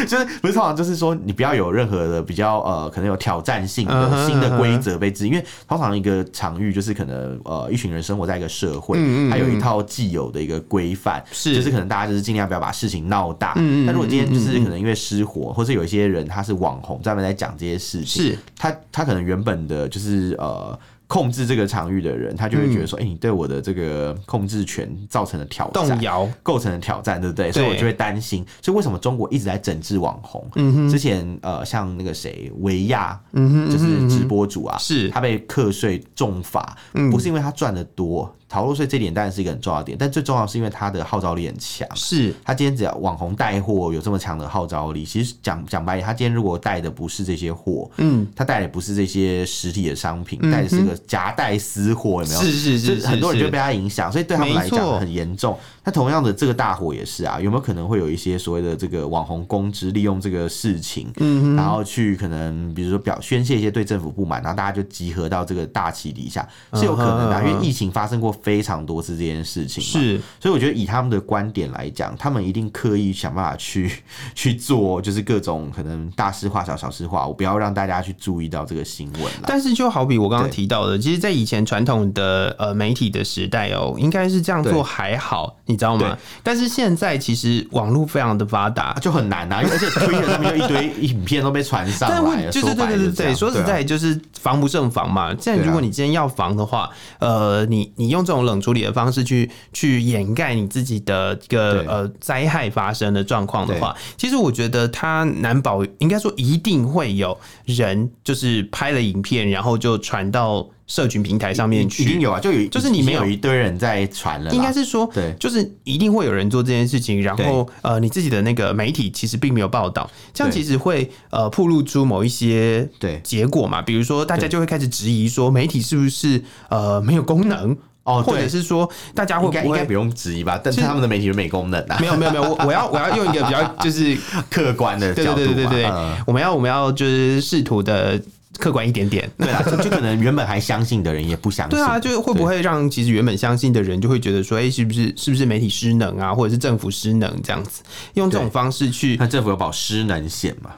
S1: 就是不是通常就是说，你不要有任何的比较呃，可能有挑战性
S2: 嗯
S1: 的
S2: 哼
S1: 新的
S2: 嗯
S1: 规
S2: 哼
S1: 则被制，因为通常一个场域就是可能呃，一群人生活在一个社会，
S2: 嗯嗯
S1: 它有一套既有的一个规范，
S2: 是
S1: 就是可能大家就是尽量不要把事情闹大。
S2: 嗯嗯
S1: 但如果今天就是可能因为失火，或是有一些人他是网红，专门在讲这些事情，
S2: 是
S1: 他他可能原本的就是呃。控制这个场域的人，他就会
S2: 嗯
S1: 觉得说，哎、你对我的这个控制权造成了挑战
S2: 动，摇，
S1: 构成了挑战，对不对？所以我就会担心。所以为什么中国一直在整治网红？
S2: 嗯
S1: 之前呃，像那个谁维亚，
S2: 嗯
S1: 就是直播主啊，
S2: 是
S1: 他被课税重罚，
S2: 嗯
S1: 不是因为他赚的多，逃漏税这点当然是一个很重要的点，但最重要的是因为他的号召力很强。
S2: 是
S1: 他今天只要网红带货有这么强的号召力，其实讲讲白一点，他今天如果带的不是这些货，嗯，他带的不是这些实体的商品，带的是个夹带私货，有没有？
S2: 嗯是是
S1: 就是
S2: 是，
S1: 很多人就是被他影响，所以对他们来
S2: 没
S1: 讲
S2: 错
S1: 很严重。那同样的，这个大火也是啊，有没有可能会有一些所谓的这个网红公知利用这个事情，嗯，然后去可能比如说表宣泄一些对政府不满，然后大家就集合到这个大旗底下，是有可能的啊、
S2: 嗯哼
S1: 因为疫情发生过非常多次这件事情嘛。
S2: 是
S1: 所以我觉得以他们的观点来讲，他们一定刻意想办法去 <laughs> 去做，就是各种可能大事化小、小事化，我不要让大家去注意到这个新闻啦。
S2: 但是就好比我刚刚
S1: 对
S2: 提到的，其实，在以前传统的呃媒体的时代哦、应该是这样
S1: 对
S2: 做还好，你知道
S1: 对
S2: 吗？但是现在其实网络非常的发达
S1: 啊，就很
S2: <laughs>
S1: 难啊，因为而且 Twitter 上面就一堆影片都被传上
S2: 但
S1: 来
S2: 问
S1: 了，
S2: 就是对
S1: 白
S2: 对
S1: 了
S2: 对
S1: 这样啊
S2: 对，说实，在就是防不胜防嘛。现在如果你今天要防的话，呃，你你用这种冷处理的方式去去掩盖你自己的一个
S1: 对
S2: 呃灾害发生的状况的话，其实我觉得它难保，应该说一定会有人就是拍了影片，然后就传到社群平台上
S1: 对啊
S2: 面
S1: 一一定
S2: 去。
S1: 有啊，就有
S2: 就是你
S1: 已经
S2: 没有
S1: 有一堆人在传了啦，
S2: 应该是说，
S1: 对
S2: 就是一定会有人做这件事情，然后呃，你自己的那个媒体其实并没有报道，这样
S1: 对
S2: 其实会呃暴露出某一些
S1: 对
S2: 结果嘛，比如说大家
S1: 对
S2: 就会开始质疑说媒体是不是呃没有功能，
S1: 哦，
S2: 或者
S1: 对，
S2: 是说大家会
S1: 应该
S2: 不
S1: 应该
S2: 会
S1: 不用质疑吧？但是
S2: 就是
S1: 他们的媒体是没功能
S2: <laughs>
S1: 啊，
S2: 没有没有没有，我我要我要用一个
S1: <laughs>
S2: 比较就是
S1: 客观的
S2: 对
S1: 角
S2: 对
S1: 度
S2: 对
S1: 嘛，
S2: 对对对
S1: 嗯，
S2: 我们要我们要就是试图的客观一点点。
S1: 对啊，就就可能原本还相信的人也不相信，
S2: 对啊，就是会不会让其实原本相信的人就会觉得说，哎、是不是是不是媒体失能啊，或者是政府失能这样子，用这种
S1: 对
S2: 方式去
S1: 那政府有保失能险吗？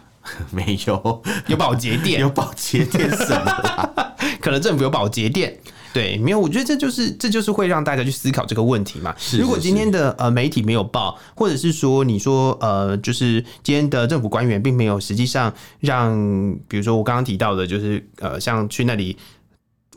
S1: <laughs> 没有，
S2: 有保洁
S1: <laughs>
S2: 店，
S1: 有保洁店什么 <laughs> 啦？
S2: 可能政府有保洁店。对，没有，我觉得这就是这就是会让大家去思考这个问题嘛。
S1: 是
S2: 如果
S1: 是
S2: 今天的呃媒体没有报，或者是说你说呃，就是今天的政府官员并没有实际上让，比如说我刚刚提到的，就是呃，像去那里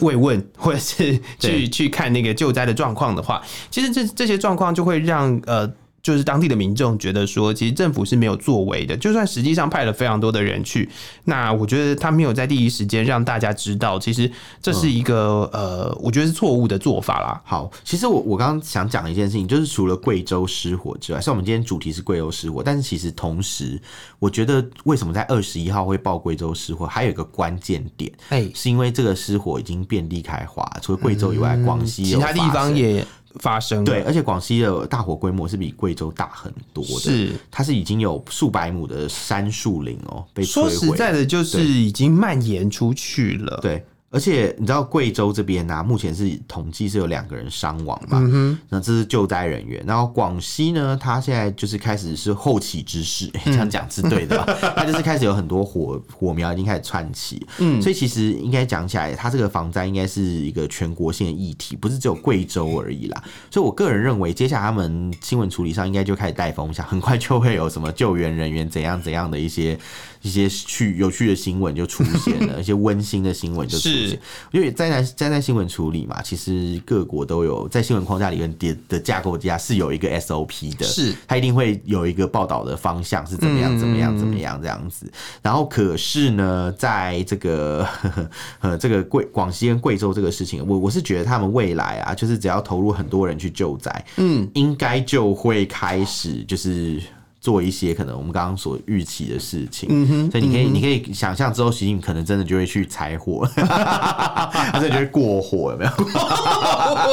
S2: 慰问， <laughs> 或者是
S1: 对
S2: 去去看那个救灾的状况的话，其实这这些状况就会让呃。就是当地的民众觉得说，其实政府是没有作为的，就算实际上派了非常多的人去，那我觉得他没有在第一时间让大家知道，其实这是一个、呃，我觉得是错误的做法啦。
S1: 好，其实我我刚刚想讲的一件事情，就是除了贵州失火之外，像我们今天主题是贵州失火，但是其实同时，我觉得为什么在二十一号会报贵州失火，还有一个关键点，
S2: 哎、
S1: 是因为这个失火已经遍地开花，除了贵州以外，广西
S2: 其
S1: 有
S2: 他地
S1: 发
S2: 方
S1: 生
S2: 也发生了
S1: 对，而且广西的大火规模是比贵州大很多的，
S2: 是。
S1: 它是已经有数百亩的杉树林哦被摧
S2: 说
S1: 毁。
S2: 实在的，就是
S1: 对
S2: 已经蔓延出去了。，
S1: 对，而且你知道贵州这边呢、啊目前是统计是有两个人伤亡嘛，那这是救灾人员。然后广西呢，它现在就是开始是后起之势，诶 <laughs> 这样讲是对的吧？它就是开始有很多火火苗已经开始窜起，嗯，所以其实应该讲起来，它这个防灾应该是一个全国性的议题，不是只有贵州而已啦。所以我个人认为，接下来他们新闻处理上应该就开始带风向，很快就会有什么救援人员怎样怎样的一些 <laughs> 一些趣有趣的新闻就出现
S2: <laughs>
S1: 了，一些温馨的新闻就出现
S2: 是。
S1: 因为灾难灾难新闻处理嘛，其实各国都有在新闻框架里面的的架构底下是有一个 SOP 的，
S2: 是
S1: 它一定会有一个报道的方向是怎么样怎么样怎么样这样子。然后可是呢，在这个 <laughs> 呃这个贵广西跟贵州这个事情，我我是觉得他们未来啊，就是只要投入很多人去救灾，嗯，应该就会开始就是。做一些可能我们刚刚所预期的事情，嗯哼，所以你可以、你可以想象之后，习近平可能真的就会去柴 <laughs> 火，他真的就会过火，有没有？ <laughs>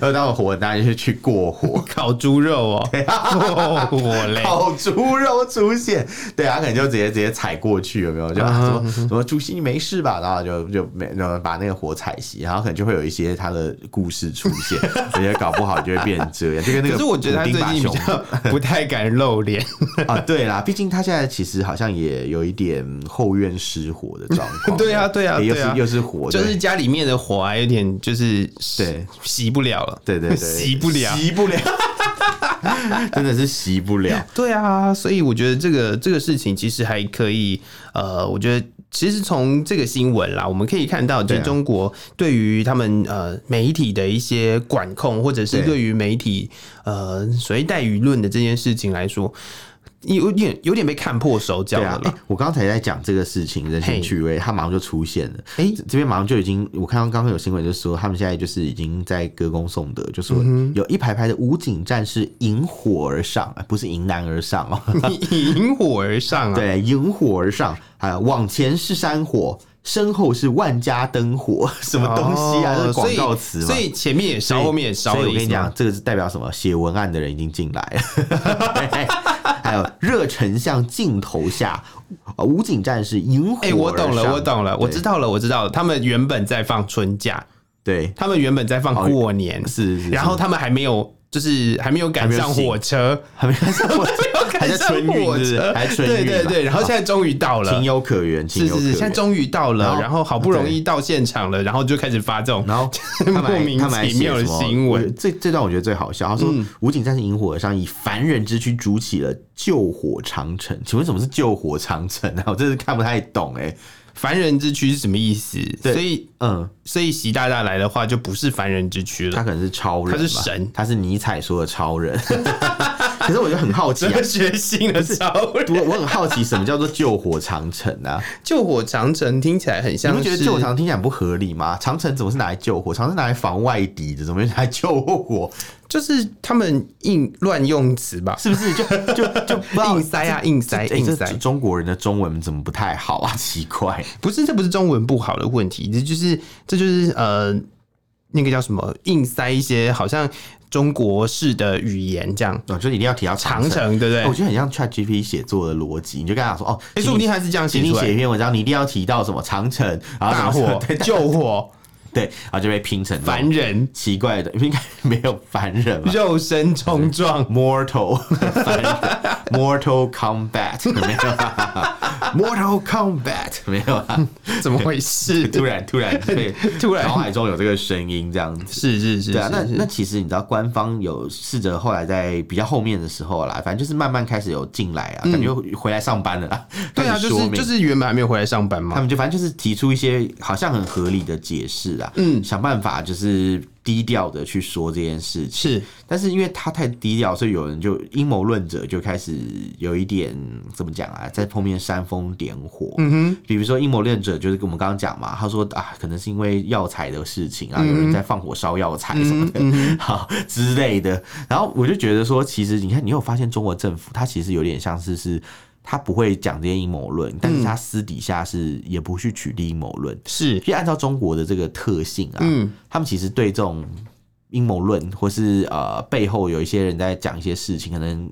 S1: 呃，当我火，当然就是去过火，
S2: 烤猪肉哦，哦 <laughs> 我
S1: <laughs>
S2: 嘞，
S1: 烤猪肉出现，对啊，他可能就直接直接踩过去，有没有？就
S2: 嗯
S1: 啊什么什么主席你没事吧？然后就就没然后把那个火踩熄，然后可能就会有一些他的故事出现，我觉得搞不好就会变成这样，就跟那个
S2: <laughs> 可是我觉得他
S1: 补
S2: 最
S1: 丁把
S2: 近
S1: 熊
S2: 比 <laughs> 较不太敢露脸。
S1: 啊，对啦，毕竟他现在其实好像也有一点后院失火的状况，哎
S2: <laughs> 对啊对啊
S1: 又是
S2: 对啊
S1: 又是火，
S2: 就
S1: 对
S2: 是家里面的火啊还有点就是
S1: 对
S2: 洗不了了，
S1: 对对对，
S2: <laughs> 洗不了，
S1: 洗不了， <laughs> 真的是洗不了。
S2: 对啊，所以我觉得这个这个事情其实还可以，呃，我觉得其实从这个新闻啦，我们可以看到，就
S1: 对啊
S2: 是中国对于他们呃媒体的一些管控，或者是
S1: 对
S2: 对于媒体呃所谓带舆论的这件事情来说，有点有点被看破手脚
S1: 对
S2: 了
S1: 啊
S2: 啦。，
S1: 欸我刚才在讲这个事情，人
S2: 嘿
S1: 情趣味，它马上就出现了。
S2: 哎
S1: 这这边马上就已经，我看到刚刚有新闻就说，他们现在就是已经在歌功颂德，就说
S2: 嗯
S1: 有一排排的武警战士迎火而上，呃不是迎难而上
S2: <laughs>
S1: 哦，
S2: 你迎火而上啊！
S1: 对，迎火而上，还有往前是山火，身后是万家灯火，什么东西啊？这
S2: 哦
S1: 是
S2: 所
S1: 广
S2: 以
S1: 告词嘛
S2: 所？以前面也烧，后面也烧
S1: 所以
S2: 的
S1: 我
S2: 意
S1: 跟
S2: 思
S1: 你
S2: 吗。
S1: 讲，这个是代表什么？写文案的人已经进来
S2: <laughs>
S1: 了，还有热忱向镜头下，呃武警战士迎火而上。
S2: 哎、我懂了，我懂了，我
S1: 对
S2: 知道了，我知道了。他们原本在放春假，
S1: 对，
S2: 他们原本在放过年，
S1: 是是是
S2: 然后他们还没有，就是还没有赶上火车，
S1: 还没看上
S2: <laughs>
S1: 我，
S2: 还
S1: 还在春运，是不是？还在春
S2: 对
S1: 运，
S2: 对对，然后现在终于到
S1: 情
S2: 了。
S1: 有可原，情
S2: 是
S1: 有可
S2: 是是，
S1: 原。
S2: 现在终于到
S1: 然
S2: 了，
S1: 后
S2: 然后好不容易到现场了，然后就开始发这种 <laughs>
S1: 然后他们
S2: 莫
S1: 还
S2: 名
S1: 他们还
S2: 其
S1: 写
S2: 妙的
S1: 什么
S2: 新闻嗯
S1: 我这这段我觉得最好笑。他说：“武警战士萤火而上，以凡人之躯筑起了救火长城。”请问什么是救火长城啊？我真是看不太懂哎、
S2: 凡人之躯是什么意思？
S1: 对
S2: 所以
S1: 嗯，
S2: 所以习大大来的话，就不是凡人之躯
S1: 他
S2: 了，
S1: 可能是超人吧，
S2: 他是神
S1: 他是尼采说的超人。 <laughs> 可是我就很好奇 <laughs> 啊
S2: 哲，学性的超人。
S1: 我我很好奇什么叫做救火长城啊？
S2: 救火长城听起来很
S1: 你
S2: 像
S1: 们
S2: 是，
S1: 觉得救火长城听起来很不合理吗？长城怎么是拿来救火？长城是拿来防外敌的，怎么又拿来救火？
S2: 就是他们硬乱用词吧，
S1: 是不是就就就不知道 <laughs>
S2: 硬塞啊，硬塞，
S1: 哎，
S2: 硬
S1: 这
S2: 塞，
S1: 中国人的中文怎么不太好啊？ <laughs> 奇怪，
S2: 不是，这不是中文不好的问题，这就是这就是呃，那个叫什么，硬塞一些好像中国式的语言这样，
S1: 哦，就一定要提到
S2: 长
S1: 长城。哎
S2: 城对不对？
S1: 我觉得很像 ChatGPT 写作的逻辑，你就跟他讲说，哦，
S2: 哎、说
S1: 请
S2: 不
S1: 你
S2: 定还是这样写
S1: 请你
S2: 出
S1: 写一
S2: 来，
S1: 篇文章，你一定要提到什么长城，然后
S2: 大
S1: 什么
S2: 火
S1: <laughs> 对
S2: 救火，
S1: 对，然后就被拼成
S2: 凡人
S1: 奇怪的，应该没有凡人吧
S2: 肉身冲撞，
S1: ？Mortal <laughs> 凡人 Mortal Combat 没有啊，Mortal Combat <laughs> 没有啊，
S2: 怎么回事？
S1: 突然突然对，
S2: <laughs> 突然
S1: 脑海中有这个声音这样子。
S2: 是是是，
S1: 对啊，那
S2: 是
S1: 那其实你知道，官方有试着后来在比较后面的时候啦，反正就是慢慢开始有进来啊，感觉回来上班了啦。
S2: 嗯对啊，
S1: 开始
S2: 就
S1: 说
S2: 是
S1: 明
S2: 就是原本还没有回来上班
S1: 他
S2: 嘛，
S1: 们就反正就是提出一些好像很合理的解释啊，嗯，想办法就是低调的去说这件事情。
S2: 是
S1: 但是因为他太低调，所以有人就阴谋论者就开始有一点怎么讲啊，在后面煽风点火。嗯哼，比如说阴谋论者就是跟我们刚刚讲嘛，他说啊，可能是因为药材的事情啊，有人在放火烧药材什么的， <laughs> 好之类的。然后我就觉得说，其实你看，你有发现中国政府它其实有点像是是。他不会讲这些阴谋论，但是他私底下是也不去取缔阴谋论，
S2: 是
S1: 因为按照中国的这个特性啊，
S2: 嗯
S1: 他们其实对这种阴谋论或是呃背后有一些人在讲一些事情，可能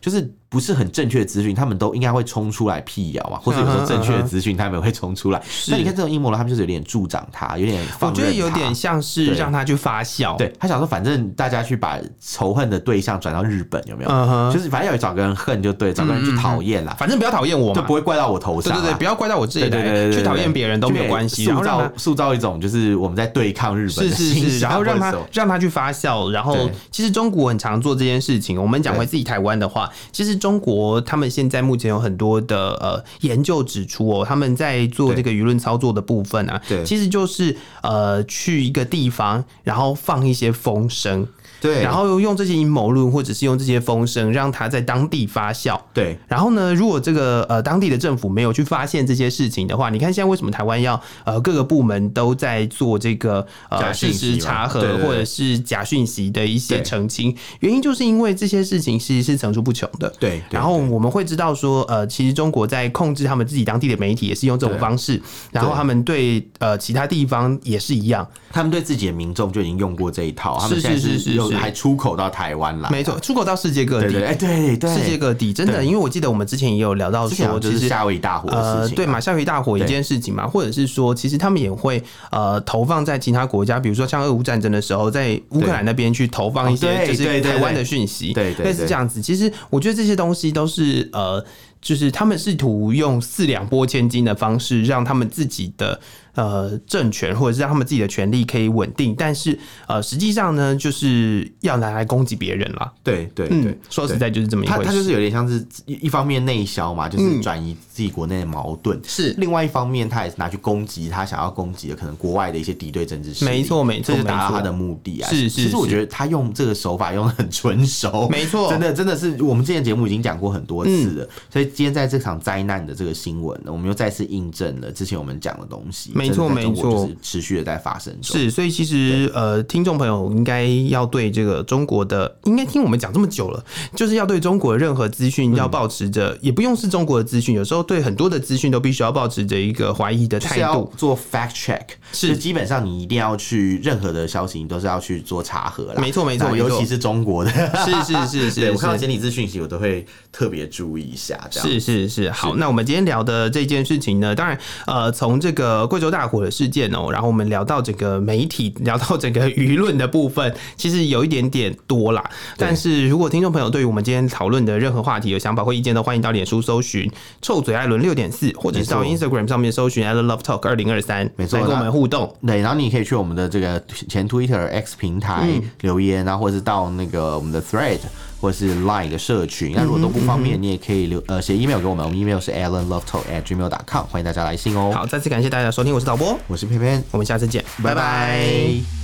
S1: 就是不是很正确的资讯，他们都应该会冲出来辟谣啊
S2: 啊
S1: 嘛，或者有时候正确的资讯他们也会冲出来。那你看这种阴谋论，他们就是有点助长它，有点放
S2: 我觉得
S1: 任
S2: 有
S1: 它
S2: 点。像是
S1: 对
S2: 让他去发酵，
S1: 对他想说，反正大家去把仇恨的对象转到日本，有没有？
S2: 嗯哼
S1: 就是反正要找个人恨就对，找个人去讨厌啦，
S2: 反正不要讨厌我
S1: 就
S2: 嘛
S1: 不，会怪到我头
S2: 对
S1: 上啊。
S2: 对对，不要怪到我自己
S1: 对对对对
S2: 来，
S1: 对
S2: 去
S1: 对
S2: 讨厌别人都没有关系，
S1: 就
S2: 然
S1: 给塑
S2: 后让他
S1: 造塑造一种就是我们在对抗日本
S2: 是
S1: 的
S2: 是
S1: 形
S2: 是，
S1: 象
S2: 然后让
S1: 或
S2: 他
S1: 者什么
S2: 让他去发酵，然后
S1: 对
S2: 其实中国很常做这件事情。我们讲回自己台湾的话，其实中国他们现在目前有很多的呃研究指出哦，他们在做这个舆论操作的部分啊，
S1: 对
S2: 其实就是呃去一个地方，然后放一些风声，
S1: 对，
S2: 然后用这些阴谋论或者是用这些风声，让它在当地发酵。
S1: 对
S2: 然后呢，如果这个呃当地的政府没有去发现这些事情的话，你看现在为什么台湾要呃各个部门都在做这个呃
S1: 假
S2: 事
S1: 讯息嘛
S2: 实查核
S1: 对对对
S2: 或者是假讯息的一些
S1: 对
S2: 澄清？原因就是因为这些事情其实是层出不穷的。
S1: 对，对
S2: 然后我们会知道说，呃，其实中国在控制他们自己当地的媒体也是用这种
S1: 对
S2: 方式，然后他们对呃其他地方也是一样，
S1: 他们对自己的民众就已经用过这一套，他们
S2: 是
S1: 现在
S2: 是是是
S1: 又
S2: 是
S1: 还出口到台湾来，
S2: 没错，出口到世界各
S1: 对
S2: 地，
S1: 对对哎对对，
S2: 世界各地真的，
S1: 对
S2: 因为我记得我们之前也有聊到
S1: 之前好
S2: 说，
S1: 像就
S2: 其
S1: 是
S2: 实
S1: 夏威夷大火的
S2: 呃
S1: 事，情，
S2: 对，马夏威大火一件事情嘛，或者是说，其实他们也会呃投放在其他国家，比如说像俄乌战争的时候，在乌克兰那边去投放一
S1: 哦
S2: 些
S1: 对
S2: 就是
S1: 对对
S2: 台湾的讯息，
S1: 对对对
S2: 类似这样子。其实我觉得这些东西都是呃，就是他们试图用四两拨千斤的方式，让他们自己的呃政权或者是让他们自己的权利可以稳定，但是呃实际上呢，就是要拿来攻击别人啦。
S1: 对对对，
S2: 嗯，说实在就是这么一
S1: 他
S2: 回
S1: 他
S2: 事。
S1: 就是有点像是一一方面内销嘛，
S2: 嗯
S1: 就是转移自己国内的矛盾；
S2: 是
S1: 另外一方面，他也是拿去攻击他想要攻击的可能国外的一些敌对政治势力。
S2: 没错没错
S1: 这是达
S2: 没
S1: 到
S2: 错
S1: 他的目的啊。
S2: 是是
S1: 其实我
S2: 是
S1: 觉得他用这个手法用的很纯熟，
S2: 没错
S1: 真的真的是我们之前节目已经讲过很多次了。所以今天在这场灾难的这个新闻呢，我们又再次印证了之前我们讲的东西。
S2: 没错
S1: 真的在中国
S2: 没错
S1: 就是持续的在发生中。
S2: 是，所以其实呃，听众朋友应该要对这个中国的，应该听我们讲这么久了，就是要对中国的任何资
S1: 嗯
S2: 讯要保持着，也不用是中国的资讯，有时候对很多的资讯都必须要保持着一个怀疑的
S1: 就
S2: 态
S1: 是要
S2: 度。
S1: 做 fact check，
S2: 是
S1: 就基本上你一定要去任何的消息，你都是要去做查核啦。
S2: 没错没错
S1: 那
S2: 没错
S1: 尤其是中国的，
S2: 是是
S1: <laughs>
S2: 是是
S1: 对我看到
S2: 是
S1: 监理资讯息，我都会特别注意一下。这样
S2: 是是是，好，那我们今天聊的这件事情呢，当然，呃，从这个贵州大火的事件哦、然后我们聊到整个媒体，聊到整个舆论的部分，其实有一点点多啦。但是如果听众朋友对于我们今天讨论的任何话题有想法或意见，都欢迎到脸书搜寻“臭嘴艾伦六点四”，或者是到
S1: 没
S2: Instagram 上面搜寻 “Allen Love Talk 二零二三”，
S1: 没错
S2: 来跟我们互动。
S1: 对，然后你可以去我们的这个前 Twitter X 平台留言，然后或者是到那个我们的 Thread 或者是 Line 的社群。那如果都不方便，你也可以留呃写 email 给我们，我们 email 是 allenlovetalk at gmail.com，欢迎大家来信哦。
S2: 好，再次感谢大家的收听，我是导播，
S1: 我是佩佩，
S2: 我们下次见，
S1: 拜
S2: 拜拜
S1: 拜